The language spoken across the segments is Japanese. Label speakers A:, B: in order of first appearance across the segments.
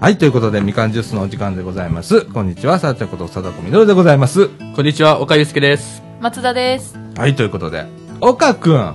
A: はい、ということで、みかんジュースのお時間でございます。こんにちは、さあちゃんこと、さだこみどるでございます。
B: こんにちは、岡祐介です。
C: 松田です。
A: はい、ということで、岡くん、
B: は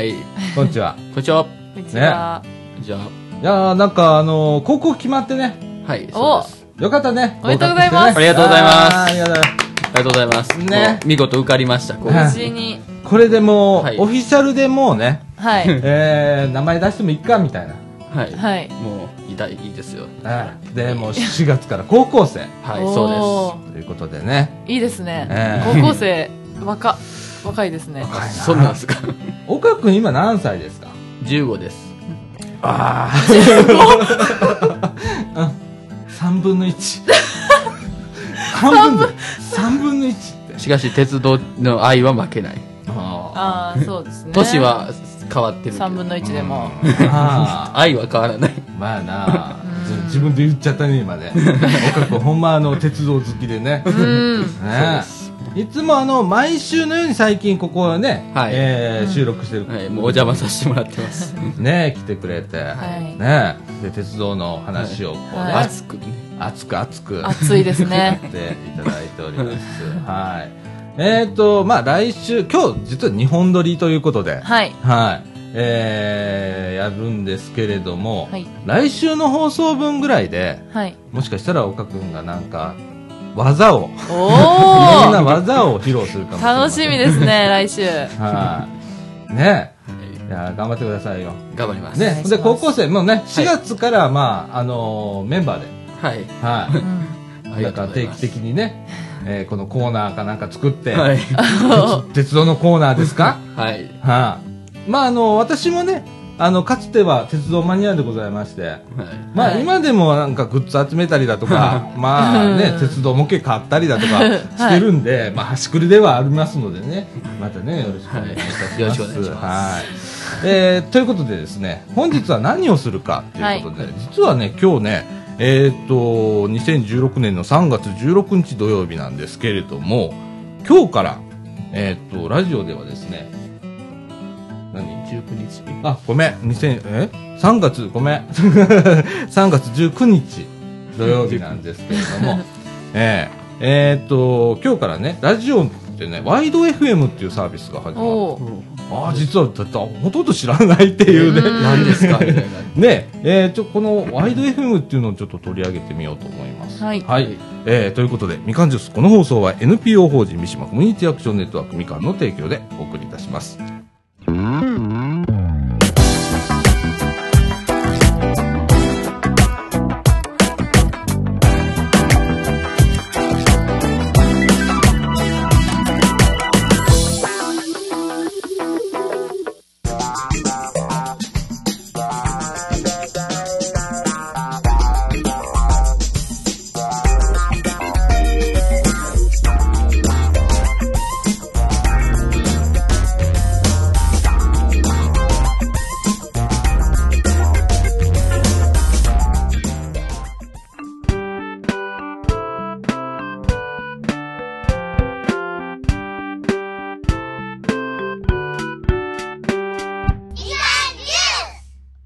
B: い。こ
A: こんにちは。
B: んにちは。
C: こんにちは。
B: じゃ
A: いやー、なんか、あのー、高校決まってね、
B: あ、はい、そうです。
A: よかったね。
C: おめでとうございます
A: 合格してね
B: ありがとうございます
A: あーありがとうございま
B: ありがとうございます。
A: ね
B: もう見事受かりました、こう。
A: はい
C: 無事に。
A: す。これでもう、
B: はい
A: オフィシャルでもうね、
C: はい。
A: えー、名前出してもいいか、みたいな。
B: はい。
C: はい。
B: もう、痛い、いいですよ。
A: はいで、もう4月から高校生。
B: はい、
C: おー
B: そう
A: ということでね、
C: いいですね。
A: ええ
C: 高校生、若、若いですね。
B: です。そうなんですか。
A: 岡くん今何歳ですか
B: 15です。
A: あ あ。3分の1。半分で。3分の1って。
B: しかし、鉄道の愛は負けない。
A: あ
C: ああ、そうですね。
B: 都市は変わってるけど。
C: 3分の1でも。
A: あ。
B: 愛は変わらない。
A: まあなあ。じ自分で言っちゃったね、今ね。岡くん、ほんまあの、鉄道好きでね。
C: うん。
A: ねえいつもあの、毎週のように最近ここはね、
B: はい
A: えー収録してる。
B: はい、もうお邪魔させてもらってます。
A: ねえ来てくれて。
C: はい
A: ねえで、鉄道の話をこうね、
C: はい
B: 熱くね。
A: 熱く熱く。
C: 暑いです
A: やっ
C: ね。
A: ていただいております。 はい。えっ、ー、と、まあ来週、今日実は日本撮りということで、はい。
C: はい。
A: えー、やるんですけれども、
C: はい
A: 来週の放送分ぐらいで、
C: はい。
A: もしかしたら岡くんがなんか、技を、いろんな
C: お
A: 技を披露するかもしれ
C: お
A: ない。
C: 楽しみですね、来週。
A: はい。ね
B: は
A: い
B: い
A: や頑張ってくださいよ。
B: 頑張ります。
C: お願いし
A: ね
C: ま、す
A: で、高校生、もうね、4月から、まあ、あのーメンバーで、
B: はい。
A: は
C: う
A: い。
C: ん
B: あり
A: だ
B: が
A: か
B: と
A: ら
B: うござい
A: 定
B: ま
A: 期
B: す。
A: 的にね、えーこのコーナーかなんか作って、
B: はい。
A: 鉄鉄道のコーナーですか
B: はい。
A: はい、まあ、あの、私もね、あの、かつては鉄道マニアでございまして、
B: はい。
A: まあ、
C: はい
A: 今でもなんかグッズ集めたりだとか、まあね
C: う、ん
A: 鉄道模型買ったりだとかしてるんで、まあ、端くれではありますのでね、またね、よろしくお願いいたします。
B: はいよろしくお願いします
A: はい。えーということでですね、本日は何をするかということで、実はね、今日ね、えっ、と、2016年の3月16日土曜日なんですけれども、今日から、えっ、と、ラジオではですね、何
B: 19日。
A: あ、ごめん、2000、え ?3 月、ごめん。3月19日、土曜日なんですけれど も、えーえーっと、今日からね、ラジオってね、ワイド FM っていうサービスが始まる。
C: おー
A: あー、実は、だってほとんど知らないっていうね。
B: 何ですかみたいな。
A: ねえーちょ、このワイド FM っていうのをちょっと取り上げてみようと思います。
C: はい
A: えーということで、みかんジュース、この放送は NPO 法人三島コミュニティアクションネットワークみかんの提供でお送りいたします。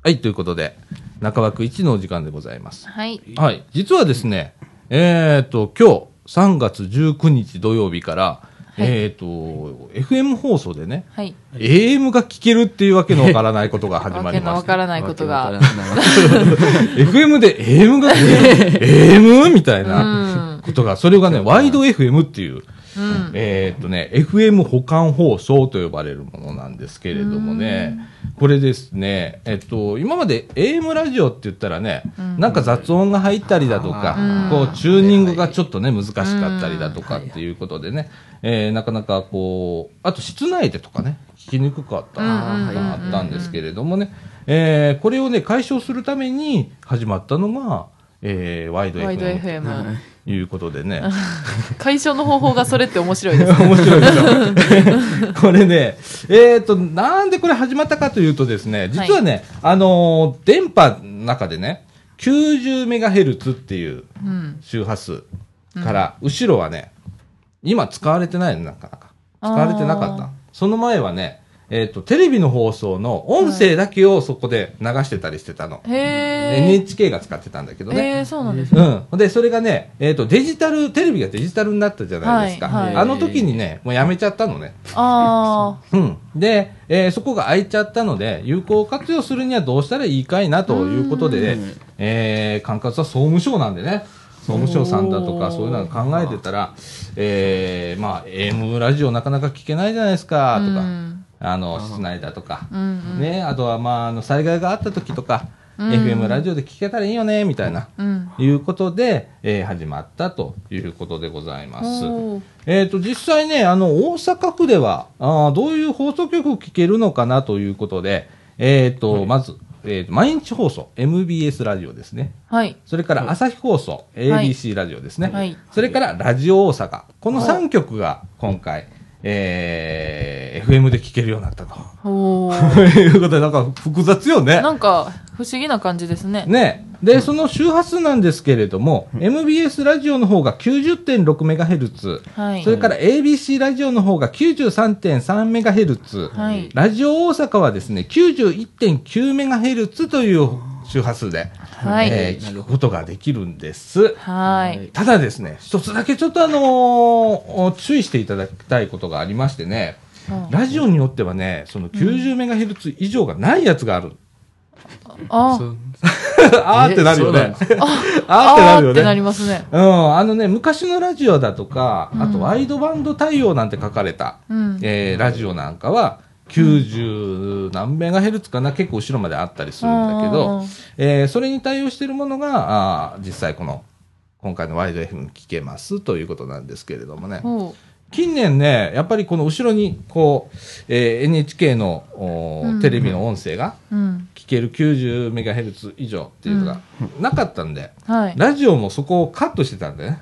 A: はい、ということで、中枠1のお時間でございます。
C: はい。
A: はい。実はですね、えっ、と、今日、3月19日土曜日から、
C: い
A: えっ、と、FM 放送でね、
C: はい。
A: AM が聞けるっていうわけのわからないことが始ま
C: わ
A: り
C: け
A: ま
C: の
A: し
C: わ
A: た
C: か。らないこと
B: わけ
C: が
B: わ。からない
A: FM で AM が聞け る ?AM? みたいな
C: うん
A: ことが、それがね、ワイド FM っていう、
C: うん。
A: えーっとね、FM 保管放送と呼ばれるものなんですけれどもね、これですね、えっと、今まで AM ラジオって言ったらね、なんか雑音が入ったりだとか、こう、チューニングがちょっとね、難しかったりだとかっていうことでね、えーなかなかこう、あと室内でとかね、聞きにくかった
C: うん
A: な
B: うんうんうんうん
A: あったんですけれどもね、えーこれをね、解消するために始まったのが、えーワイド
C: ワイド
A: FM
C: FM。
A: ということでね、
C: 解消の方法がそれって面白いです ね。
A: 面白いでしょ これね、えっ、と、なんでこれ始まったかというとですね、実はね、あのー電波の中でね、90メガヘルツっていう
C: うん。
A: 周波数から、後ろはね、今使われてないの、なかなか。使われてなかっ
C: あ
A: た。その前はね、えっ、と、テレビの放送の音声だけをそこで流してたりしてたの。
C: へえ。
A: NHK が使ってたんだけどね。
C: へえ、そうなんですね。
A: うん。で、それがね、えっ、と、デジタル、テレビがデジタルになったじゃないですか。
C: はいはい
A: あの時にね、もうやめちゃったのね。
C: あ
A: うん。で、えーそこが空いちゃったので、有効活用するにはどうしたらいいかいなということで、
B: うん
A: えー管轄は総務省なんでね、総務省さんだと
C: お
A: か、
C: ー
A: そういうのを考えてたら、えーまあ、AM ラジオなかなか聞けないじゃないですか、
C: あ。
A: と
C: う
A: か、
C: ん
A: あの、室内だとか、
C: うん
A: ね、あとは、まあ、あの、災害があった時とか、
C: うん
A: FM ラジオで聞けたらいいよね、みたいな、
C: うん。うん。
A: いうことで、えー始まったということでございます。
C: おー
A: えー、と実際ね、あの大阪府ではあーどういう放送局を聞けるのかなということで、えーとまず、えーと毎日放送、MBS ラジオですね、
C: はい。
A: それから朝日放送、
C: はい
A: ABC ラジオですね、
C: はい
A: それからラジオ大阪、この3局が今回、えー FM で聞けるようになったと。
C: おお。
A: ということで、なんか複雑よね。
C: なんか、不思議な感じですね。
A: ね。で、その周波数なんですけれども、MBS ラジオの方が 90.6MHz、
C: はい
A: それから ABC ラジオの方が 93.3MHz、
C: はい
A: ラジオ大阪はですね、91.9MHz という周波数で、
C: はい
A: えー聞くことができるんです。
C: はい。
A: ただですね、一つだけちょっとあのー注意していただきたいことがありましてね、
C: うん
A: ラジオによってはね、その 90MHz 以上がないやつがある。
C: あ
B: そう
A: あーってなるよ
B: えそうなん
A: ね
B: です。
A: あーってなるよ
C: あーってな
A: ね
C: り。ますね。
A: うん、あのね、昔のラジオだとか、あ
C: う
A: と
C: ん
A: ワイドバンド対応なんて書かれた、
C: うん
A: えーラジオなんかは、90何メガヘルツかな、結構後ろまであったりするんだけ
C: う
A: ど
C: ん、
A: えーそれに対応してるものが、あー実際この、今回のワイド FM 聞けますということなんですけれどもね。
C: おう
A: 近年ね、やっぱりこの後ろに、こう、えー NHK のおー
C: うん
A: テレビの音声が
C: うん。
A: 聞ける90メガヘルツ以上っていうのがなかったんで、
C: はい。
A: ラジオもそこをカットしてたんだよね。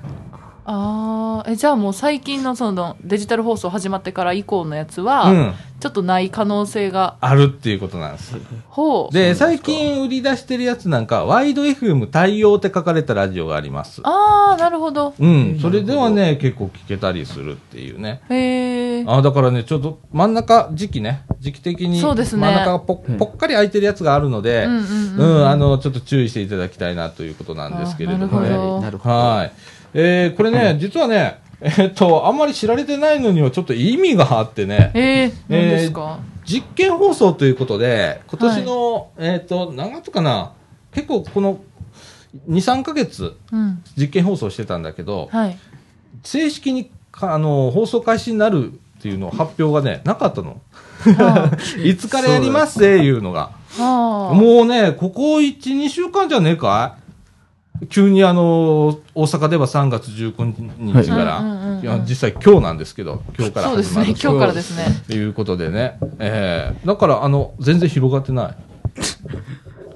C: ああ、え、じゃあもう最近のそのデジタル放送始まってから以降のやつは、
A: うん。
C: ちょっとない可能性が。
A: あるっていうことなんです。
C: ほう。
A: で、最近売り出してるやつなんか、ワイド FM 対応って書かれたラジオがあります。
C: ああ、なるほど。
A: うん。それではね、結構聞けたりするっていうね。
C: へえ。
A: あだからね、ちょっと真ん中、時期ね、時期的に
C: そ
A: 真
C: うんです
A: 中
C: ね
A: がぽ,、
B: うん
A: ぽっかり空いてるやつがあるので、
C: うんうんうん
A: うんあの、ちょっと注意していただきたいなということなんですけれども
C: あ
A: ね
C: なるほど。
B: なるほど。
A: はい。えー、これね、実はね、えーっと、あんまり知られてないのにはちょっと意味があってね、
C: えー、何ですか、
A: 実験放送ということで、今年の、えっ、と、何月かな、結構この2、3ヶ月、
C: うん。
A: 実験放送してたんだけど、
C: はい。
A: 正式にかあの放送開始になるっていうの発表がね、なかった の。
C: はい
A: つからやりますっていうのが。
C: あ、はあ。
A: もうね、ここ1、2週間じゃねえかい急にあの、大阪では3月19日から、
C: はいうんうんうんうん
A: いや実際今日なんですけど、今日から
C: そうです
A: 始ま
C: ね。
A: る
C: 今日からですね。
A: ということでね、えーだからあの全然広がってない。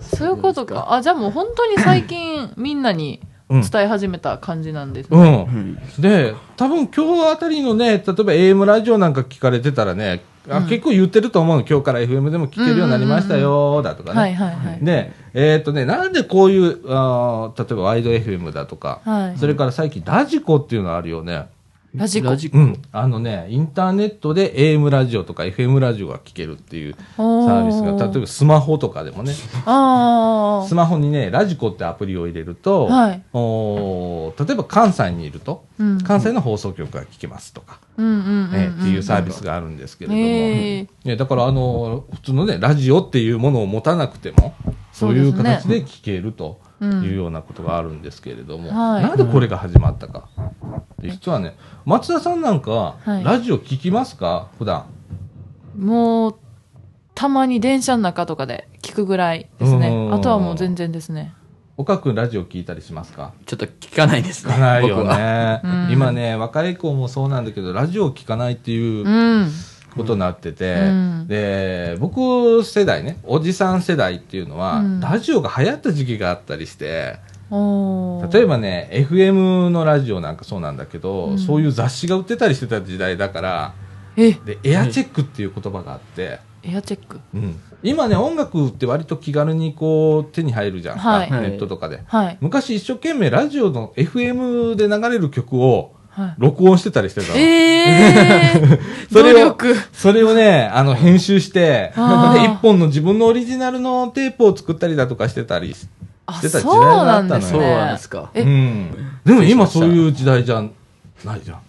C: そういうことか。あ、じゃあもう本当に最近みんなに
A: うん
C: 伝え始めた感じなんですね。
A: うん
B: う、ん
A: で多分今日あたりのね例えば AM ラジオなんか聞かれてたらね、あ
C: うん
A: 結構言ってると思うの今日から FM でも聞けるようになりましたよだとかね、
C: はいはいはい。
A: でえっ、とねなんでこういうあー例えばワイド FM だとか、
C: はい
A: それから最近ラジコっていうのあるよね、
C: ラジコ。
B: ラジコ
A: うん、あのねインターネットで AM ラジオとか FM ラジオが聞けるっていう
C: サ
A: サービスが例えばスマホとかでもね
C: あ
A: スマホにねラジコってアプリを入れると、
C: はい
A: おー例えば関西にいると、
C: うん
A: 関西の放送局が聞けますとか、
C: あ。うんうんうん
A: ね
C: ん。
A: っていうサービスがあるんですけれども、
C: へえ
A: ねだからあの普通のねラジオっていうものを持たなくてもそういう
C: そうです
A: 形
C: ね
A: で聞けると
C: うん
A: いうようなことがあるんですけれども、
C: はい
A: なんでこれが始まったか、実はね松田さんなんか、
C: はい
A: ラジオ聞きますか普段
C: もう、たまに電車の中とかで聞くぐらいですね
A: う。ん
C: あとはもう全然ですね。
A: 岡君ラジオ聞いたりしますか
B: ちょっと聞かないです
A: 聞
B: ね。
A: かないよ
B: 僕は。
A: ね
C: うん。。
A: 今ね、若い子もそうなんだけど、ラジオ聞かないっていううんことになってて、
C: うん
A: で、僕世代ね、おじさん世代っていうのは、
C: うん
A: ラジオが流行った時期があったりして、
C: おー
A: 例えばね、FM のラジオなんかそうなんだけど、
C: うん
A: そういう雑誌が売ってたりしてた時代だから、
C: え、
A: で、エアチェックっていう言葉があって、
C: エアチェック。
A: うん今ね、音楽って割と気軽にこう手に入るじゃん、
C: はい
A: ネットとかで。
C: はい。
A: 昔一生懸命ラジオの FM で流れる曲を
C: はい
A: 録音してたりしてたの
C: ええ
A: それ
C: 努
A: を
C: 力。
A: それをね、あの、編集して、で、
C: あー
A: 一本の自分のオリジナルのテープを作ったりだとかしてたりし
C: あ、
A: 出た時代
C: そう
A: があ
C: な
A: っ
C: ん
A: たのよ
C: です
B: そうなん
C: ね
B: で。すか。
C: え
A: うん。でも今そういう時代じゃないじゃん。
C: うん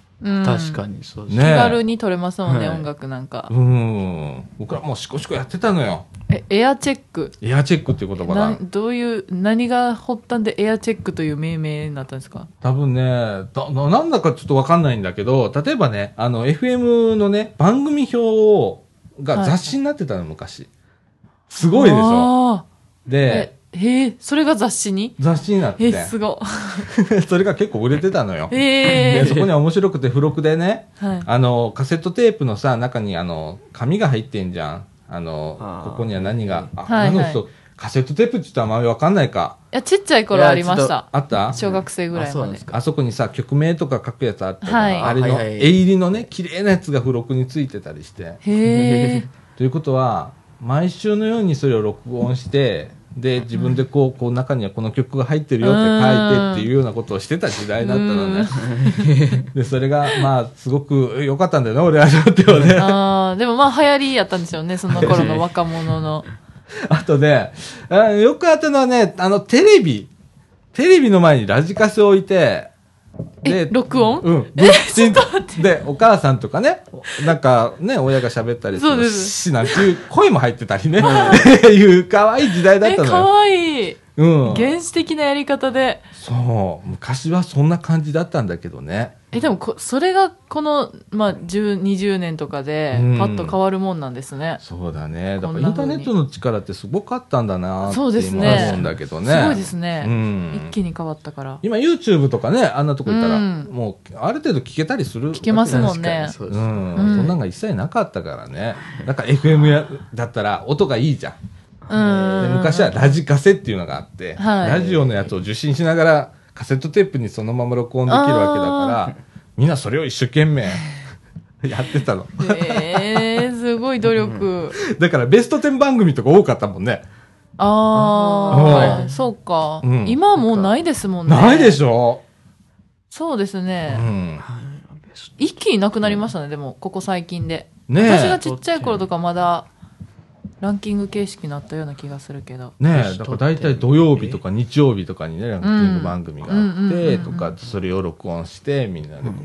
B: 確かにそうです
A: ね
C: 気軽に撮れますもんね、
B: はい
C: 音楽なんか
A: う。ん。僕らもうシコシコやってたのよ。
C: え、エアチェック。
A: エアチェックっていう言葉
C: な
A: が。
C: んどういう、何が発端でエアチェックという命名になったんですか
A: 多分ね、だななんだかちょっとわかんないんだけど、例えばね、あの、FM のね、番組表を、が
C: はい
A: 雑誌になってたの、昔。すごいでしょ。
C: あー
A: で
C: え、、へえ、それが雑誌に
A: 雑誌になって
C: え、
A: て、
C: すご
A: それが結構売れてたのよ。
C: え
A: で、
C: え
A: そこには面白くて付録でね、
C: はい。
A: あの、カセットテープのさ、中にあの、紙が入ってんじゃん。あの、
B: あー
A: ここには何が、あ、
C: はいはい
A: 今の人、カセットテープって言ったらあまりわかんないか。
C: いや、ちっちゃい頃ありました。
A: あった
C: 小学生ぐら
B: あ
C: い
B: そうなん
C: ま
B: で。
C: です
B: か。
A: あそこにさ、曲名とか書くやつあったじゃん
C: はい
A: あれの、
B: あはいはい
A: 絵入りのね、綺麗なやつが付録についてたりして。
C: へ え。
A: ということは、毎週のようにそれを録音して、で、自分でこう、こう中にはこの曲が入ってるよって書いてっていうようなことをしてた時代だったのね。で、それが、まあ、すごく良かったんだよね、俺は にとってはね。
C: ああ、でもまあ流行りやったんですよね、その頃の若 者の。
A: あとね、あよくあったのはね、あの、テレビ。テレビの前にラジカセを置いて、
C: え、録音
A: うん。
C: え、ちょっと待って。
A: で、お母さんとかね、なんかね、親が喋ったりす
C: そう
A: る
C: です
A: し、なんていう声も入ってたりね、って いう可愛い時代だっ
C: え、
A: たの
C: か
A: よ。
C: わいい。
A: うん。
C: 原始的なやり方で。
A: そう。昔はそんな感じだったんだけどね。
C: え、でもこ、それがこの、まあ、10、20年とかで
A: うん、
C: パッと変わるもんなんですね。
A: そうだね。だか
C: こ
A: らイ
C: んな
A: ン
C: 風
A: ター
C: に
A: ネットの力ってすごかったんだなって
C: そうですね
A: 今思うんだけどね。
C: すごいです
A: う
C: ね。
A: ん。
C: 一気に変わったから。
A: 今 YouTube とかね、あんなとこ行ったら、
C: うん
A: もうある程度聞けたりする。、
C: 聞けますもんね
B: そううんです
A: そ
B: ね
A: ん
C: うん
A: なんが一切なかったからね。だから FM やだったら音がいいじゃん。
C: う
A: で
C: ん。
A: 昔はラジカセっていうのがあって、
C: はい
A: ラジオのやつを受信しながらカセットテープにそのまま録音できるわけだから、みんなそれを一生懸命 やってたの。
C: えー、すごい努力。
A: だからベスト10番組とか多かったもんね。
C: あ
A: は
C: あ、
A: い
C: そうか。
A: うん
C: 今はもうないですもんね。
A: ないで
C: ょ。
A: しょ、
C: そうです
A: う
C: ね。
A: ん。
C: 一気になくなりましたね、でも、ここ最近で。
A: ねえ。
C: 私がちっちゃい頃とかまだ、ランキング形式になったような気がするけど。
A: ねえ、だから大体土曜日とか日曜日とかにね、ランキング番組があっ
C: うんうんうんう
A: て、
C: ん
A: とか、それを録音して、みんなでこう、聞く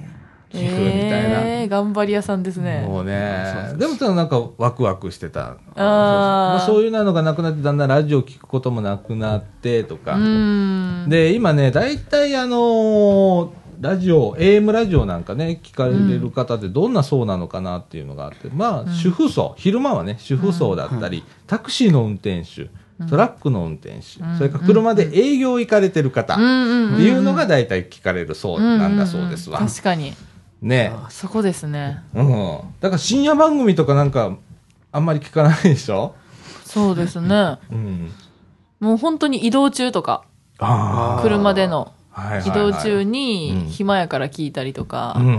A: みたいな。
C: えー、頑張り屋さんですね。
A: もう
B: そう
A: ね
B: そ、う
A: でもただなんかワクワクしてた。まあ
C: ああ。
A: そう
C: う
A: いうのがなくなって、だんだんラジオ聞くこともなくなってとか。
C: ん。
A: で、今ね、大体あのーラジオ、AM ラジオなんかね、聞かれる方ってどんな層なのかなっていうのがあって、まあ、主婦層、昼間はね、主婦層だったり、タクシーの運転手、トラックの運転手、
C: うん
A: それから車で営業行かれてる方、
C: うんうんうん
A: っていうのが大体聞かれる層なんだそうですわ。
C: んんん確かに。
A: ね。
C: そこですね。
A: うん。だから深夜番組とかなんか、あんまり聞かないでしょ
C: そうですね。
A: うん。
C: もう本当に移動中とか、
A: あ
B: ー
C: 車での
A: あ。はいはい、はい。
C: 移動中
A: うん
C: に暇やから聞いたりとか、
A: うんうん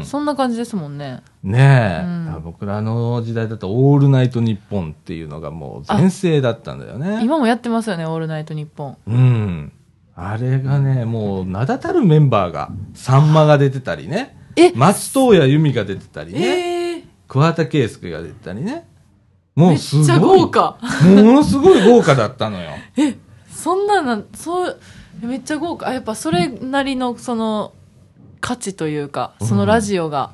A: うん
C: そんな感じですもんね。
A: うん。ねえ。
C: うん
A: だから僕らの時代だと、オールナイトニッポンっていうのがもう全盛だったんだよね。
C: 今もやってますよね、オールナイトニッポン。
A: うん。あれがね、もう名だたるメンバーが、さんまが出てたりね。
C: え
A: 松任谷由実が出てたりね。
C: ええ
A: 桑田佳祐が出てたりね。も
C: め
A: う
C: っ
A: すごい。
C: ちゃ豪。華。
A: ものすごい豪華だったのよ。
C: そんなの、そう、めっちゃ豪華。あ、やっぱそれなりの、その、価値というか、そのラジオが、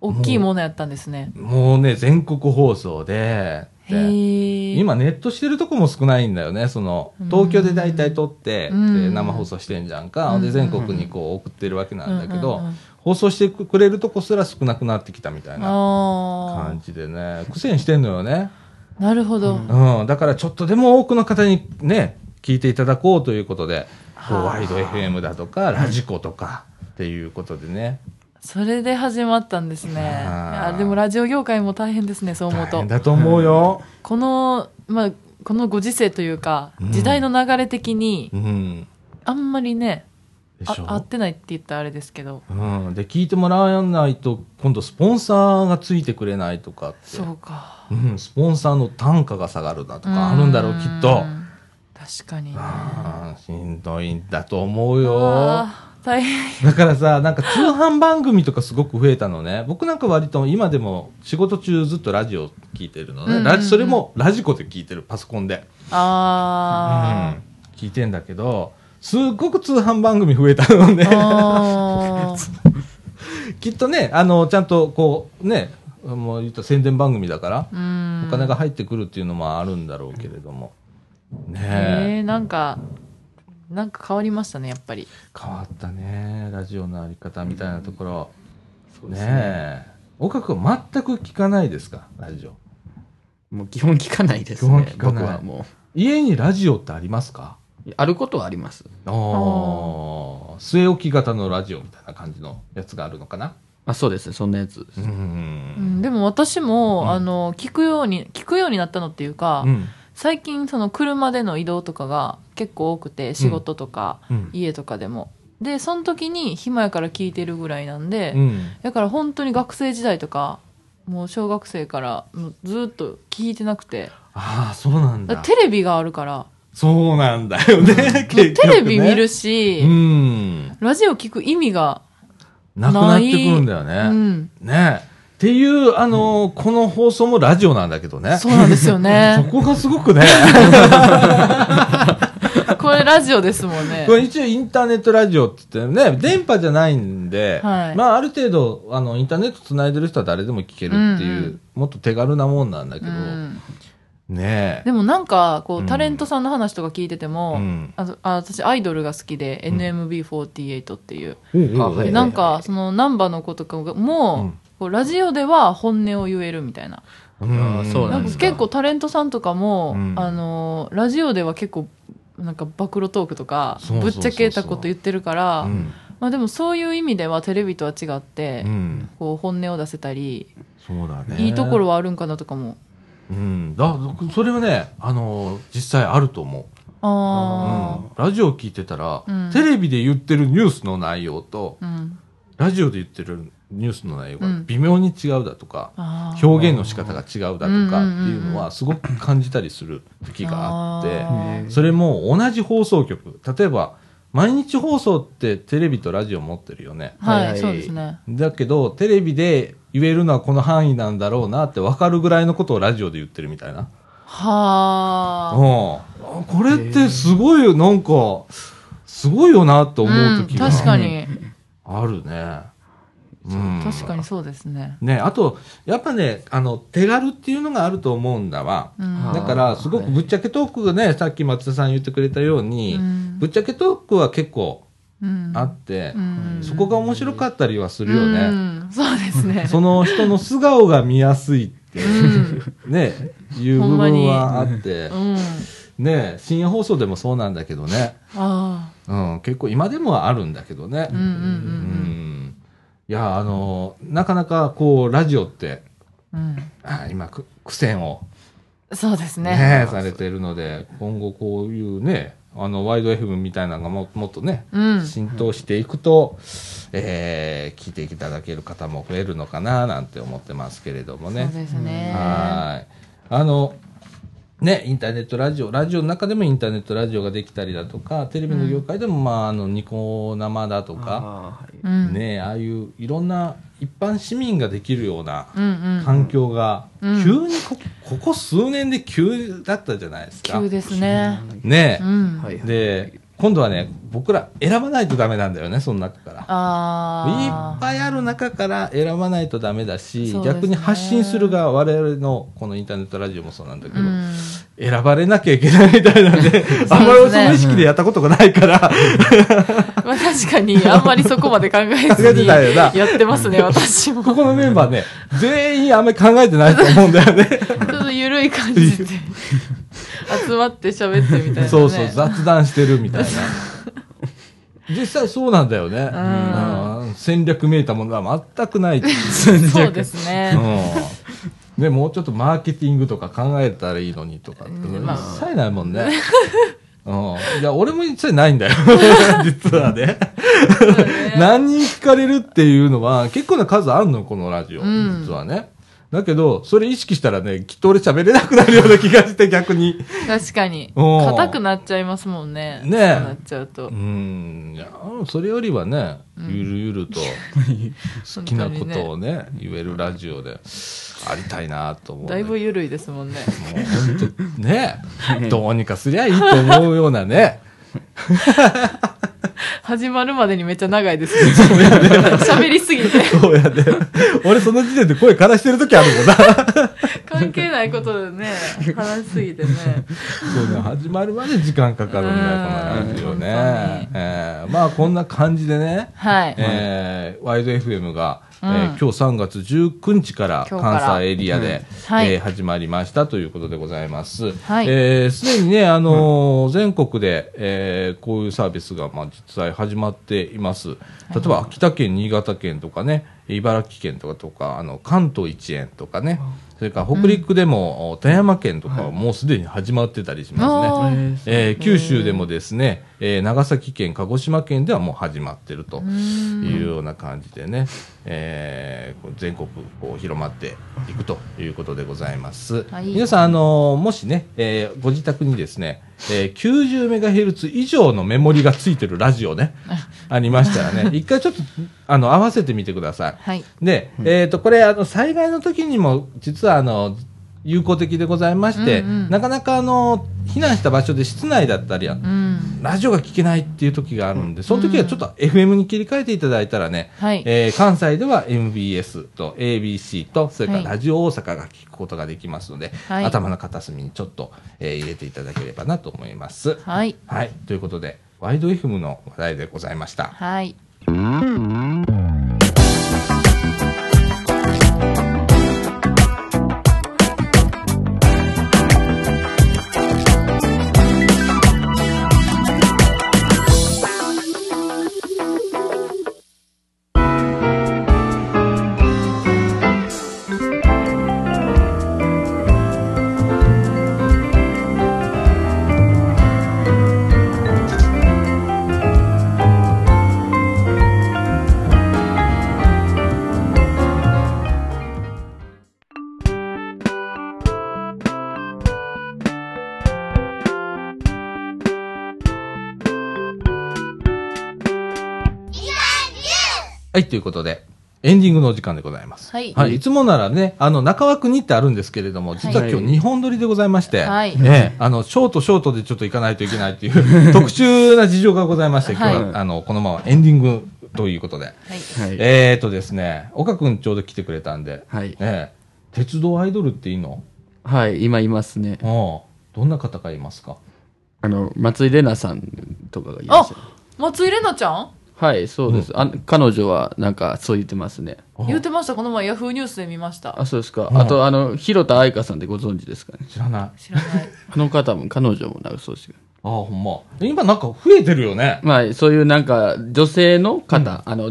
C: 大きいものやったんですね。
A: もうね、全国放送で、
C: へ
A: で
C: え。
A: 今ネットしてるとこも少ないんだよね。その、東京で大体撮って、
C: うん
A: で生放送してんじゃんか。
C: うん
A: で、全国にこう送ってるわけなんだけど、
C: うんうんうん
A: 放送してくれるとこすら少なくなってきたみたいな
C: あ
A: 感じでね、苦戦してんのよね。
C: あ、なるほど。
A: うん。だからちょっとでも多くの方にね、聞いていただこうということで、こう
C: はあ
A: ワイド FM だとか、ラジコとか、っていうことでね。
C: それで始まったんですね。
A: あー
C: あでもラジオ業界も大変ですね、そう思
A: 大
C: うと
A: 変。だと思うよ。
C: この、まあ、このご時世というか、時代の流れ的に、
A: うん。
C: あんまりね、
A: で
C: あ
A: しょ
C: 合ってないって言ったらあれですけど。
A: うん、で聞いてもらわないと今度スポンサーがついてくれないとかって
C: そうか。
A: うん、スポンサーの単価が下がるだとかあるんだろうきっと
C: うん。確かに。
A: あーしんどいんだと思うよ
C: あー大変。
A: だからさ、なんか通販番組とかすごく増えたのね。僕なんか割と今でも仕事中ずっとラジオ聞いてるのね。
C: うんうんうん
A: ラジそれもラジコで聞いてる、パソコンで。うん
C: あー。
A: 聞いてんだけど、すっごく通販番組増えたのね。
C: あー
A: きっとね、あの、ちゃんとこう、ね、もう言ったら宣伝番組だから、
C: うん。
A: お金が入ってくるっていうのもあるんだろうけれども。ねえ。
C: えー、なんか、なんか変わりましたね、やっぱり。
A: 変わったね。ラジオのあり方みたいなところ。
B: そうですね。
A: ねえ。岡君は全く聞かないですかラジオ。
B: もう基本聞かないです
A: 基本
B: ね
A: 聞。かない
B: 僕はも
A: 家にラジオってありますか
B: う。あることはあります。
A: ああ。据え置き型のラジオみたいな感じのやつがあるのかな。
B: あ、そうですね。そんなやつです。
C: うんん、でも私も、
A: うん
C: あの、聞くように、聞くようになったのっていうか、
A: うん。
C: 最近その車での移動とかが結構多くて、仕事とか、
A: うん。
C: 家とかでも。で、その時に暇やから聞いてるぐらいなんで、
A: うん。
C: だから本当に学生時代とか、もう小学生からもうずっと聞いてなくて、
A: ああ、そうなん
C: だ
A: だ。
C: テレビがあるから、
A: そうなんだよね。
C: もう
A: 結局ね
C: テレビ見るし、
A: うん。
C: ラジオ聞く意味が、
A: なくなってくるんだよね。
C: うん、
A: ねえ。っていう、あのーこの放送もラジオなんだけどね。
C: そうなんですよ
A: そ
C: ね。
A: こがすご くね、
C: これラジオですもんね
A: こ。れ一応インターネットラジオって言ってね、電波じゃないんで、
C: はい
A: まあある程度、あの、インターネット繋いでる人は誰でも聞けるっていう、
C: うんうん
A: もっと手軽なもんなんだけ
C: う
A: ど、
C: ん、
A: ねえ。
C: でもなんかこ
A: うん
C: うタレントさんの話とか聞いてても、
A: うん
C: あのあ私アイドルが好きで、NMB48 っていう、
B: おうおう
A: はい
C: なんかその難波の子とかも、
A: うん
C: こうラジオでは本音を言えるみたいな
A: うん
B: あーそうな
C: な
B: んん
C: か
B: ですか
C: 結構タレントさんとかも、
A: うん
C: あのラジオでは結構なんか暴露トークとか
A: そうそう
C: ぶ
A: そう
C: っ
A: そう
C: ちゃけたこと言ってるから、
A: うん
C: まあ、でもそういう意味ではテレビとは違って、
A: うん
C: こう本音を出せたり、
A: そうだね。
C: いいところはあるんかなとかも
A: うん。だ、それはね、あのー実際あると思う。
C: あ
A: うんラジオ聞いてたら、
C: うん
A: テレビで言ってるニュースの内容と、
C: あ、うん
A: ラジオで言ってるニュースの内容が
C: うん
A: 微妙に違うだとか、
C: あー
A: 表現の仕方が違うだと
C: う
A: か
C: ん
A: っていうの
C: うんうんう
A: はすごく感じたりする時があっ
C: ー
A: て、それも同じ放送局、例えば毎日放送ってテレビとラジオ持ってるよね。
C: はい、
B: はいはい
C: そうですね。
A: だけど、テレビで言えるのはこの範囲なんだろうなって分かるぐらいのことをラジオで言ってるみたいな。
C: はあ。
A: うん、これってすごいなんかすごいよなと思う時が
C: ん、確かに、
A: あるね、うん
C: 確かにそうですね。
A: ねあとやっぱねあの手軽っていうのがあると思うんだわ、
C: うん
A: だからすごくぶっちゃけトークがねさっき松田さん言ってくれたように、ぶっちゃけトークは結構
C: うん
A: あって
C: う、ん
A: そこが面白かったりはするよね、
C: うんそうですね。
A: その人の素顔が見やすいって
C: うん
A: ねいう部分はあって、
C: うん。
A: ね深夜放送でもそうなんだけどね
C: あ
A: うん、結構今でもはあるんだけどね
C: あ。う。んうん
A: うん。いや、あの、なかなかこう、ラジオって、
C: うんうん。うん
A: あ今、く苦戦を
C: そうです
A: ね、
C: ね。
A: されてるので、今後こういうね、あの、ワイド FM みたいなのがももっとね、
C: うん。
A: 浸透していくと、えー聞いていただける方も増えるのかな、なんて思ってますけれどもね。
C: そうですね。
A: はい。あの、ね、インターネットラジオ、ラジオの中でもインターネットラジオができたりだとか、テレビの業界でも、まあ、あの、ニコ生だとか、
B: あーはい
C: うん。
A: ね、ああいういろんな一般市民ができるような
C: うんうん。
A: 環境が、
C: うん
A: 急にこ、ここ数年で急だったじゃないですか
C: 急。ですね。
A: ね
C: う、ん。
B: はいはい。
A: で、今度はね、僕ら選ばないとダメなんだよね、その中から。い
C: あ
A: っ
C: あ。
A: ぱいある中から選ばないとダメだし、
C: そうですね
A: 逆に発信する側、我々のこのインターネットラジオもそうなんだけど、
C: うん。
A: 選ばれなきゃいけないみたいなん で、あんまりその意識でやったことがないから、
C: まあ確かに、あんまりそこまで考え
A: 考え
C: ず
A: て
C: に
A: ないよな
C: やってます ね、私も。
A: ここのメンバーね、全員あんまり考えてないと思うんだよね。
C: ちょっと緩い感じで集まって喋ってみたいな、ね、
A: そうそう、雑談してるみ たいな。実際そうなんだよね。
C: ん
A: うん戦略めいたものは全くないっていう。
C: そうですね
A: うんでもうちょっとマーケティングとか考えたらいいのにとかって、
C: うんまあ
A: 一切ないもん ね。うん、いや俺も一切ないんだよ実はね何人聞かれるっていうのは結構な数あるのこのラジオ、
C: うん
A: 実はねだけど、それ意識したらね、きっと俺喋れなくなるような気がして、逆に。
C: 確かに。
A: うん
C: 硬くなっちゃいますもんね。
A: ねえ
C: そうなっちゃうと
A: う。ん、いやそれよりはね、ゆるゆる と好きなことをね、言えるラジオでありたいなと思うね、
C: だいぶ緩いですもんね。
A: もう本当ね、どうにかすりゃいいと思うようなね。
C: 始まるまでにめっちゃ長いですね。 喋りすぎて。
A: そうやね。俺その時点で声枯らしてる時あるもんな。
C: 関係ないことでね、話しすぎてね。
A: そうね、始まるまで時間かかるんだよ、このラジオね
C: うん。
A: えーまあこんな感じでね、
C: はい。
A: えーワイド FM が、
C: うん
A: えー今日3月19日から
C: 今日から
A: 関西エリアで、
C: うんはい
A: えー始まりましたということでございます。
C: はい
A: えーすでにね、あのー全国で、えーこういうサービスが、まあ、実際始まっています。例えば、秋田県、新潟県とかね、茨城県とかとか、あの、関東一円とかね、それから北陸でも、富山県とかはもうすでに始まってたりしますね。
C: おー
A: えー九州でもですね、えー長崎県、鹿児島県ではもう始まってるというような感じでね、えーこう全国こう広まっていくということでございます。
C: はい
A: 皆さん、あのーもしね、えーご自宅にですね、えー、90MHz 以上のメモリがついてるラジオ ね、ありましたらね、一回ちょっとあの合わせてみてください。
C: はい。
A: で、えっ、と、これ、あの、災害の時にも、実は、あの、有効的でございまして、
C: うんうん
A: なかなか、あの、避難した場所で室内だったりや、
C: うん。
A: ラジオが聞けないっていう時があるんで、その時はちょっと FM に切り替えていただいたらね、
C: はい
A: えー関西では MBS と ABC と、それから
C: はい
A: ラジオ大阪が聞くことができますので、
C: はい
A: 頭の片隅にちょっと、えー入れていただければなと思います。
C: はい。
A: はい、ということで、ワイド FM の話題でございました。
C: はい。
A: はい、ということで、エンディングのお時間でございます。
C: はい
A: い、つもならね、あの、中枠にってあるんですけれども、実は今
B: はい
A: 日2本撮りでございまして、
C: はい
A: ね、あの、ショートショートでちょっと行かないといけないという特殊な事情がございまして、今日は、
B: はい
A: あの、このままエンディングということで。
C: はい。
B: はい。
A: えーとですね、岡くんちょうど来てくれたんで、
B: はい。
A: ね、鉄道アイドルっていいの
B: はい、今いますね。
A: うんどんな方がいますか
B: あの、松井玲奈さんとかがいま
C: あ
B: す。
C: 松井玲奈ちゃん
B: はい、そうです。あ彼女は、なんか、そう言ってますね。
A: あ
C: 言ってました。この前ヤフーニュースで見ました
B: あ、。そうですか。
A: ん
B: あと、あの、広田愛香さんってご存知ですかね。
A: 知らない。あ、
C: 知らない。
B: あの方も、彼女も、なんかそうですけど。
A: ほんま。今なんか増えてるよね。
B: まあ、そういうなんか、女性の方、あの、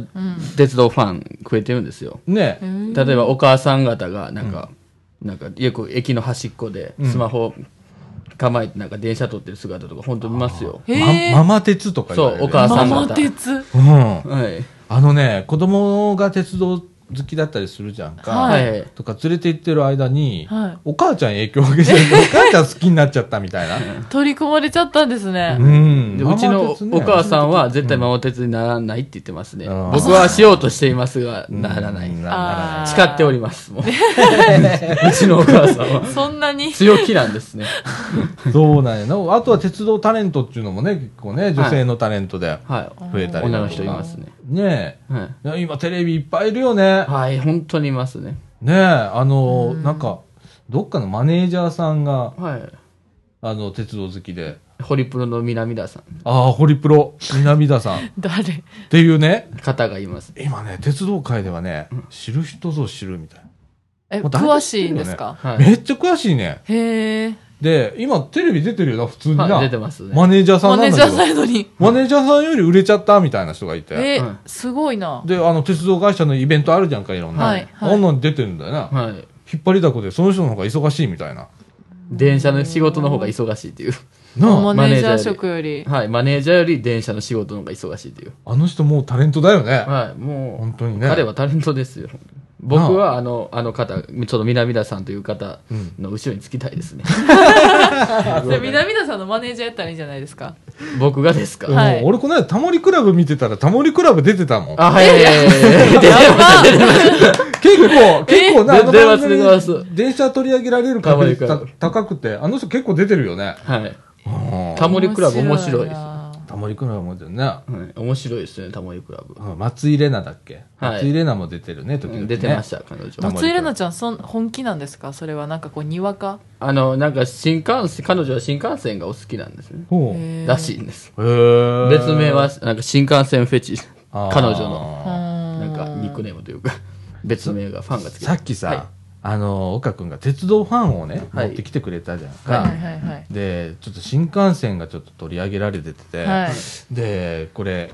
B: 鉄道ファン増えてるんですよ。
A: ね。
B: 例えばお母さん方がなんか、なんかよく駅の端っこでスマホ構えてなんか電車撮ってる姿とか本当見ますよ。
C: へ
A: ま
C: え。
A: ママ鉄とか言われるよね
B: そうお母さ
C: マ
B: ん
C: マ鉄。
A: うん。
B: はい。
A: あのね、子供が鉄道好きだったりするじゃんか。
C: はい
A: とか連れて行ってる間に、
C: はい
A: お母ちゃん影響を受けちゃ って、お母ちゃん好きになっちゃったみたいな。
C: 取り込まれちゃったんですね
A: う。ん。
B: でうちのお母
A: ん
B: さんは絶対ママ鉄にならないって言ってますね。
A: うん
B: 僕はしようとしていますが、ならない。
A: な
C: あー
B: 誓っております、もう。うちのお母さんは。
C: そんなに。
B: 強気なんで すね。
A: そうなんやな。あとは鉄道タレントっていうのもね、結構ね、女性のタレントで
B: は
A: 増えたりだとか
B: 女の人いますね。
A: ね
B: い。はい。
A: え。いや今テレビいっぱいいるよね。
B: はい、本当にいますね。
A: ねえ、あの、なんか、どっかのマネージャーさんが、
B: はい。
A: あの、鉄道好きで、
B: ホリプロの南田さん、
A: ああ、ホリプロ、南田 さんっ
C: 誰
A: ていうね、
B: 方がいます。
A: 今ね鉄道界ではね知る人ぞ知るみたい
C: え、
A: もう誰でも
C: 詳しいんですか
A: な、
B: はい。
A: めっちゃ詳しいね
C: へえ。
A: で今テレビ出てるよな普通にな、
B: はい出てますね
A: マネージャーさ
C: マ
A: ん
C: ネ
A: な
C: ー
A: ん
C: ジャ
A: だ
C: ー
A: け
C: サ
A: ど
C: イドに。
A: マネージャーさんより売れちゃったみたいな人がいて、
C: え
B: は、
C: すごいな。
A: であの鉄道会社のイベントあるじゃんかいろんな、
C: はいはい
A: あんなん出てるんだよな、
B: はい。
A: 引っ張りだこでその人の方が忙しいみたいな
B: 電車の仕事の方が忙しいっていう。
A: な
C: マ
A: あ
C: ネージャー職より。
B: はい。マネージャーより電車の仕事の方が忙しいっていう。
A: あの人もうタレントだよね、
B: はい。もう、
A: 本当にね
B: 彼はタレントですよ。僕はあのあの方ちょっと南田さんという方の後ろにつきたいですね、
C: それ南田さんのマネージャーやったらいいんじゃないですか
B: 僕がですか、
A: うん
C: はい
A: 俺この間タモリクラブ見てたらタモリクラブ出てたもん。
B: あはいはいはいはい 出てます出てます
A: 結構、結構な、
B: え
A: あの
B: 出ま
A: 番
B: す
A: 組
B: 出ます
A: 電車取り上げられる確率
B: タモ
A: た
B: リクラブ
A: 高くて、あの人結構出てるよね。
B: はい
A: うん
B: タモリクラブ面白いです
C: な
A: タモリクラブも出てるね。
B: はい、面白いですねタモリクラブ、
A: うん松井玲奈だっけ、
B: はい
A: 松井玲奈も出てるね、時々、
B: うん
A: ね。
B: 出てました彼女
A: タモリ
C: 松井玲奈ちゃんそん本気なんですかそれはなんかこうにわか
B: あのなんか新幹線彼女は新幹線がお好きなんですね
A: ほう。へ
C: へー
B: らしいんです
A: ー
B: 別名はなんか新幹線フェチ
A: あー
B: 彼女の
C: うーん
B: なんかニックネームというか別名がファンがつけ
A: さ
B: た
A: っきさ、
B: はい
A: あの岡君が鉄道ファンをね、
B: はい
A: 持ってきてくれたじゃんか、
C: はいはいはいはい
A: でちょっと新幹線がちょっと取り上げられてて、
C: はい
A: でこれ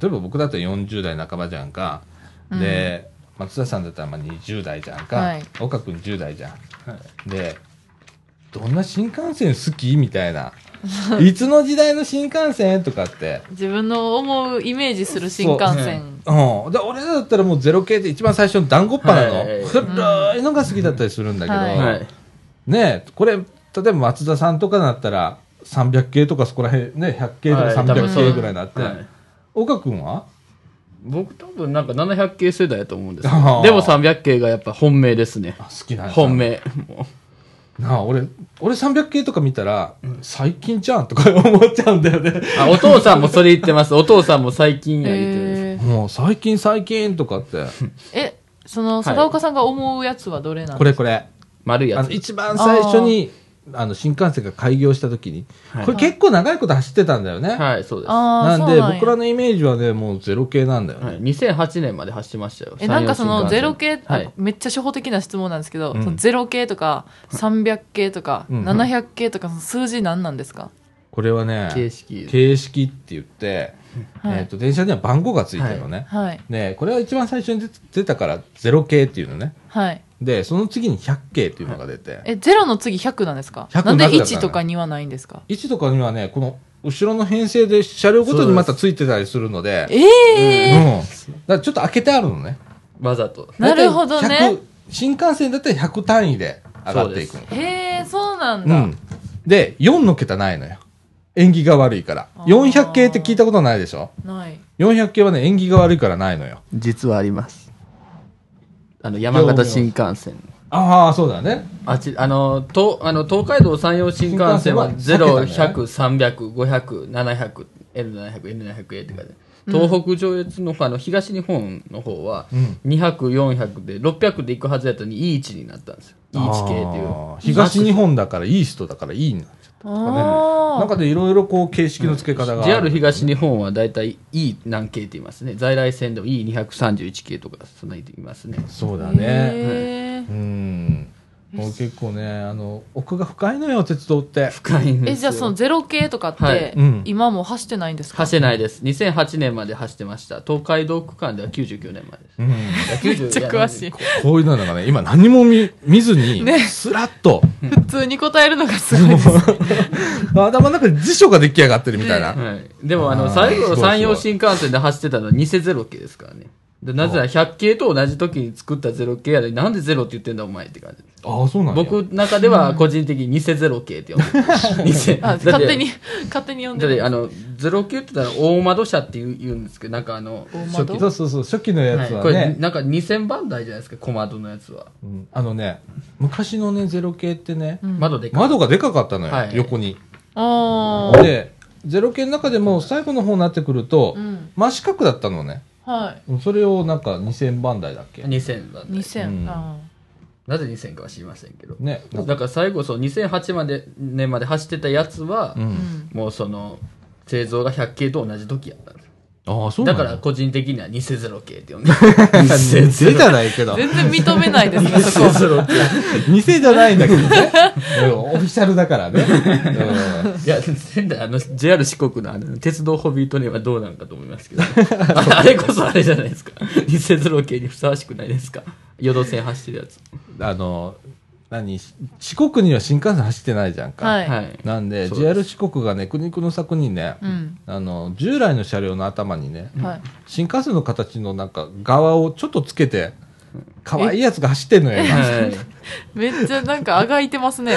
A: 例えば僕だったら40代半ばじゃんか、で松田さんだったらまあ20代じゃんか、
C: はい
A: 岡君10代じゃん、でどんな新幹線好きみたい ないつの時代の新幹線とかって
C: 自分の思うイメージする新幹線
A: うん、で俺らだったらもうゼロ系で一番最初の団子っ鼻
B: は
A: の
B: い
A: 古いのが好きだったりするんだけど、
C: はい
B: はい
A: ねえこれ例えば松田さんとかだったら300系とかそこら辺ね100系とか
B: はい多分
A: 300
B: そう
A: 系ぐらいになって、
B: はい
A: 岡君は
B: 僕多分なんか700系世代だと思うんですけ
A: あ
B: ど
A: ー
B: でも300系がやっぱ本命ですね
A: あ好きなんだ
B: 本命も
A: なあ俺俺300系とか見たら、最近じゃんとか思っちゃうんだよ ね
B: うあお父さんもそれ言ってますお父さんも最近や言ってるんです
C: へー
A: もう最近最近とか って
C: えその貞岡さんが思うやつはどれなん
A: こ
C: で
A: れ
C: す
A: こ
C: か
A: れ
B: 丸いや
A: あ
B: つ
A: の一番最初にあの新幹線が開業した時に、
B: はい
A: これ結構長いこと走ってたんだよね、
B: はいそうですは
C: ああ
A: なんで僕らのイメージはねもうゼロ系なんだよね、
B: い2008年まで走ってましたよ
C: えなんかそ
B: 山陽新
C: の
B: 幹線
C: ゼロ系、
B: はい
C: めっちゃ初歩的な質問なんですけど、
A: うん
C: そのゼロ系とか300系とか
A: うん
C: 700系とかその数字何なんですか、
A: これはね
B: 形式
A: 形式って言って、
C: はい
A: えー、と電車には番号がついてるのね、
C: はい
A: でこれは一番最初に出出たからゼロ系っていうのね
C: はい
A: でその次に100系っていうのが出て、
C: えゼロの次100なんですか
A: 100
C: なんで
A: なくなった
C: 1とか2はないんですか
A: 1とかにはねこの後ろの編成で車両ごとにまたついてたりするので
C: え
A: うん、
C: え
A: だからちょっと開けてあるのね
B: わざと
C: なるほどね
A: 大体100新幹線だったら100単位で上がっていくの
C: ー、えー、そうなん
A: う
C: だ、
A: ん、で4の桁ないのよ縁起が悪いから
C: あー
A: 400系って聞いたことないでしょ
C: ない
A: 400系はね、縁起が悪いからないのよ。
B: 実はありますあの山形新幹線
A: ああ、そうだね。
B: あっちあのとあの東海道山陽新幹線は
A: 新幹線は避けたね
B: 0100300500700L700N700A って感じ東北上越のあの東日本の方は
A: ん
B: 200400で600で行くはずやったのに E1 になったんですよ E1 系っていう
A: あー東日本だから、いい人だから、いいな。
C: あ
A: なん
C: ー
A: かでいろいろこう、形式の付け方が。
B: JR 東日本は大体 E 何系って言いますね在来線でも E231 系とかそんなに言いますね
A: そうだ
C: え
A: ね。
C: ー
A: うん。もう結構ね、あの、奥が深いのよ、鉄道って。
B: 深いんですよ
C: えじゃあそのゼロ系とかって、
B: はい
A: うん
C: 今もう走ってないんですか
B: 走れないです2008年まで走ってました東海道区間では99年までです
A: うん。
B: め
C: めっちゃ詳しい
A: こういうのがね、今何も見見ずに、スラッと、
C: 普通に答えるのがすごいです
A: 頭の中で辞書が出来上がってるみたいな。
B: はい、でもあの
A: あー
B: 最後
A: すごい
B: の
A: すごい
B: 山陽新幹線で走ってたのは偽ゼロ系ですからねでなぜなら100系と同じ時に作ったゼロ系やでなんでゼロって言ってんだお前って感じです
A: ああ、そうなんだ。
B: 僕の中では個人的に偽ゼロ系って呼んでる偽
C: あ
B: だって
C: 勝手に勝手に呼ん
B: だ
C: で
B: って
C: る
B: あのゼロ系って言ったら大窓車って言う言うんですけどなんかあの
C: 大
A: 初
C: 窓
A: 期そうそうそう、初期のやつ
B: はい
A: は
B: こ
A: ね。
B: れなんか2000番台じゃないですか小窓のやつは、
A: うんあのね、昔のね、ゼロ系ってね、
B: 窓でかい
A: 窓がでかかったのよ、
B: はい
A: 横に。
C: あー
A: で、ゼロ系の中でも最後の方になってくると、
C: うん
A: 真四角だったのね。
C: はい
A: それをなんか2000番台だっけ。
B: 2000番台
C: 2000、
A: うん
C: あ
B: なぜ2000かは知りませんけど、
A: ね。なんか
B: だから最後その2008まで年まで走ってたやつは、
A: う。
C: ーうんん
B: もうその製造が100系と同じ時やったんです
A: ああ、そうな
B: だ
A: ん
B: から個人的には偽ゼロ系って呼んでる
A: 偽じゃないけど。
C: 全然認めないで すねそこは
A: 偽じゃないんだけどね。うんオフィシャルだからね。
B: いや仙台あの JR 四国のあの鉄道ホビートにはどうなんかと思いますけどあれこそあれじゃないですか偽ゼロ系にふさわしくないですか淀線走ってるやつ
A: うんあの、何、四国には新幹線走ってないじゃんか。
C: はい
A: なんで、
B: そうです
A: JR 四国がね、苦肉の策にね、
C: うん
A: あの、従来の車両の頭にね、
C: はい
A: 新幹線の形のなんか側をちょっとつけて可愛いやつが走ってんのよ、今。
B: は
C: めっちゃなんかあがいてますね。
B: い、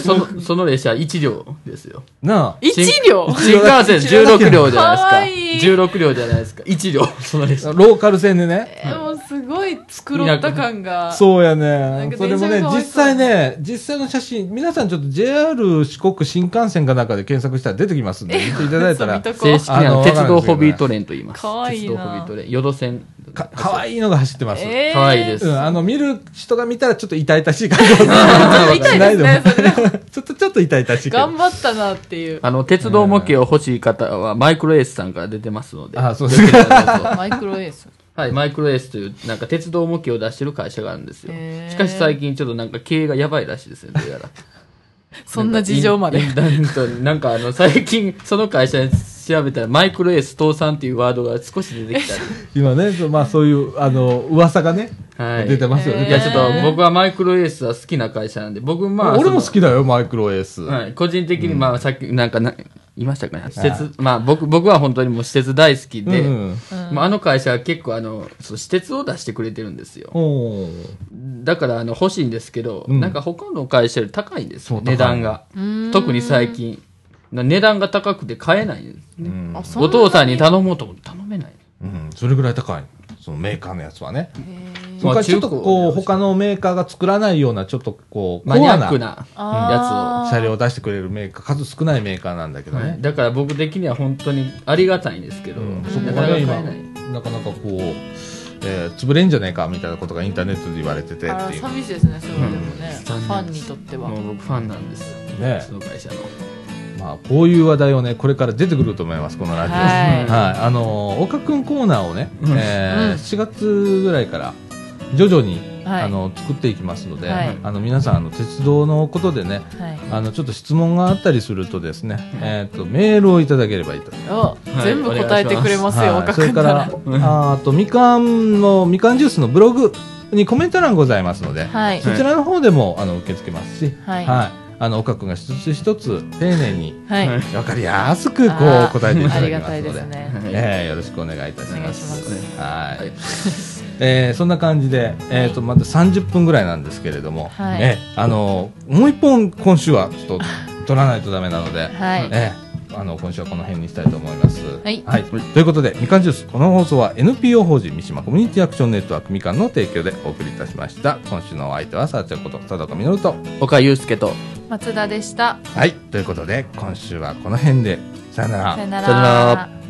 B: そのその列車1両ですよ
A: な
C: 一 両
B: 新幹線16両じゃ
C: か
B: な
C: わ
B: いで
C: いい
B: すか16両じゃないですか1両 その列
A: あ、
B: 車
A: ローカル線でね。
C: えもうすごい繕った感が。
A: そうや
C: ん
A: ね。
C: か
A: それも
C: 電車が
A: ね、
C: かわいそう
A: 実際ね、実際の写真、皆さんちょっと JR 四国新幹線かなんかで検索したら出てきますんで、見ていただいたら、
C: 嘘
B: 正
C: 見
B: 式
C: とこ
B: に
A: あの
B: は鉄道ホビートレインと言います
C: かわいいな
B: 鉄道ホビートレイン淀線
A: か可愛いのが走ってます。
C: えー
B: 可愛いです
A: うん、あの、見る人が見たらちょっと痛々しい感じがする
C: と 痛いですね
A: しないで もちょっと、ちょっと痛々しいけど
C: 頑。張ったなっ ていう。
B: あの鉄道模型を欲しい方はマイクロエースさんから出てますので
A: あそうです
B: よければどうぞ
C: マイクロエース。
B: はい、マイクロエースという、なんか鉄道模型を出してる会社があるんですよ。
C: へー
B: しかし最近ちょっとなんか経営がやばいらしいですね、どうやら。
C: そんな事情まで。
B: なんかインインターネットなんかあの、最近その会社に調べたら、マイクロエース倒産っていうワードが少し出 てきたり。
A: 今ね、そうまあそういう、あの、噂がね、
B: はい。
A: 出てますよね。
B: いや、ちょっと僕はマイクロエースは好きな会社なんで、僕まあ、
A: 俺も
B: そ
A: 好きだよ、マイクロエース。
B: のはい、個人的にまあ、さっき、なんかな、言いましたかね。施設、まあ僕、僕は本当にもう施設大好き
A: うん
B: で、
A: うん
B: まあ、あの会社は結構あの、そう施設を出してくれてるんですよ。
A: お
B: だからあの欲しいんですけど、
A: うん
B: なんか他の会社より高いんです
A: そ
B: よ
A: う
B: 値段が特に最近な値段が高くて買えないんですね、
A: ん
C: あそんな
B: お父さんに頼もうと思って頼めない
A: うん、それぐらい高い。そのメーカーのやつはね。そ
B: ま
A: こか
B: あ
A: らちょっとこう、
B: 中古
A: 他のメーカーが作らないような、ちょっとこう、
B: マニ
A: コ
B: ア
A: ア
B: ック
A: な
B: な
C: あ
B: や
C: ー
A: 車両を出してくれるメーカー、数少ないメーカーなんだけ
B: つを、
A: ど
B: はい
A: ね。
B: だから僕的には本当にありがたいんですけど、
A: うん、
B: な
A: そこ
B: か
A: が
B: なか
A: ね、
B: 買え
A: 今、
B: ない
A: なかなかこう、えー潰れんじゃねえかみたいなことがインターネットで言われててっ
C: あ
A: て
C: ー
A: いう。
C: 寂しいですね、それはでもね。
B: うん
C: ファンにとっては
B: も。う僕ファンなんですよ
A: ね
B: その会社の
A: まあ、こういう話題をね、これから出てくると思います、このラジオ。はい、
C: は
A: あのー岡くんコーナーをね、
B: うん
A: えー
C: うん
A: 4月ぐらいから、徐々に、
C: い。はい。
A: あの、作っていきますので、
C: はい
A: あの、皆さん、あの、鉄道のことでね、
C: はい。
A: あのちょっと質問があったりするとですね、えー、とメールをいただければいいと思いま。
C: お全部答えてくれますすよ、
A: はい
C: 若
A: それ
C: く
A: か
C: な
A: ら
C: ら。
A: ああとみかんのみかんジュースのブログにコメント欄ございますので、
C: はい。
A: そちらの方でもあの受け付けますし、
C: はい
A: あの岡君が一つ一つ丁寧に
C: はい。
B: はい
A: わかりやすくこう
C: あー
A: 答えていた
C: あ
A: だ
C: り
A: き
C: が
A: ま
C: た
A: す
C: い
A: の
C: で
A: で。
C: すね。
A: えーよろしくお願いいたし
C: お願
A: ま
C: い
A: す。
C: します。
A: はい、
B: はい
A: えーそんな感じで、えー、とまた30分ぐらいなんですけれども、
C: はい
A: えーあのもう一本今週はちょっと取らないとダメなので、
C: はい。
A: ええ、あの今週はこの辺にしたいと思います。
C: はい
A: ということでみかんジュースこの放送は NPO 法人三島コミュニティアクションネットワークみかんの提供でお送りいたしました。今週のお相手はさあちゃんこと佐藤かみのると。
B: 岡祐介と
C: 松田でした。
A: はいということで今週はこの辺でさよなら
C: さよ。な
B: さよな
C: ら
B: ら。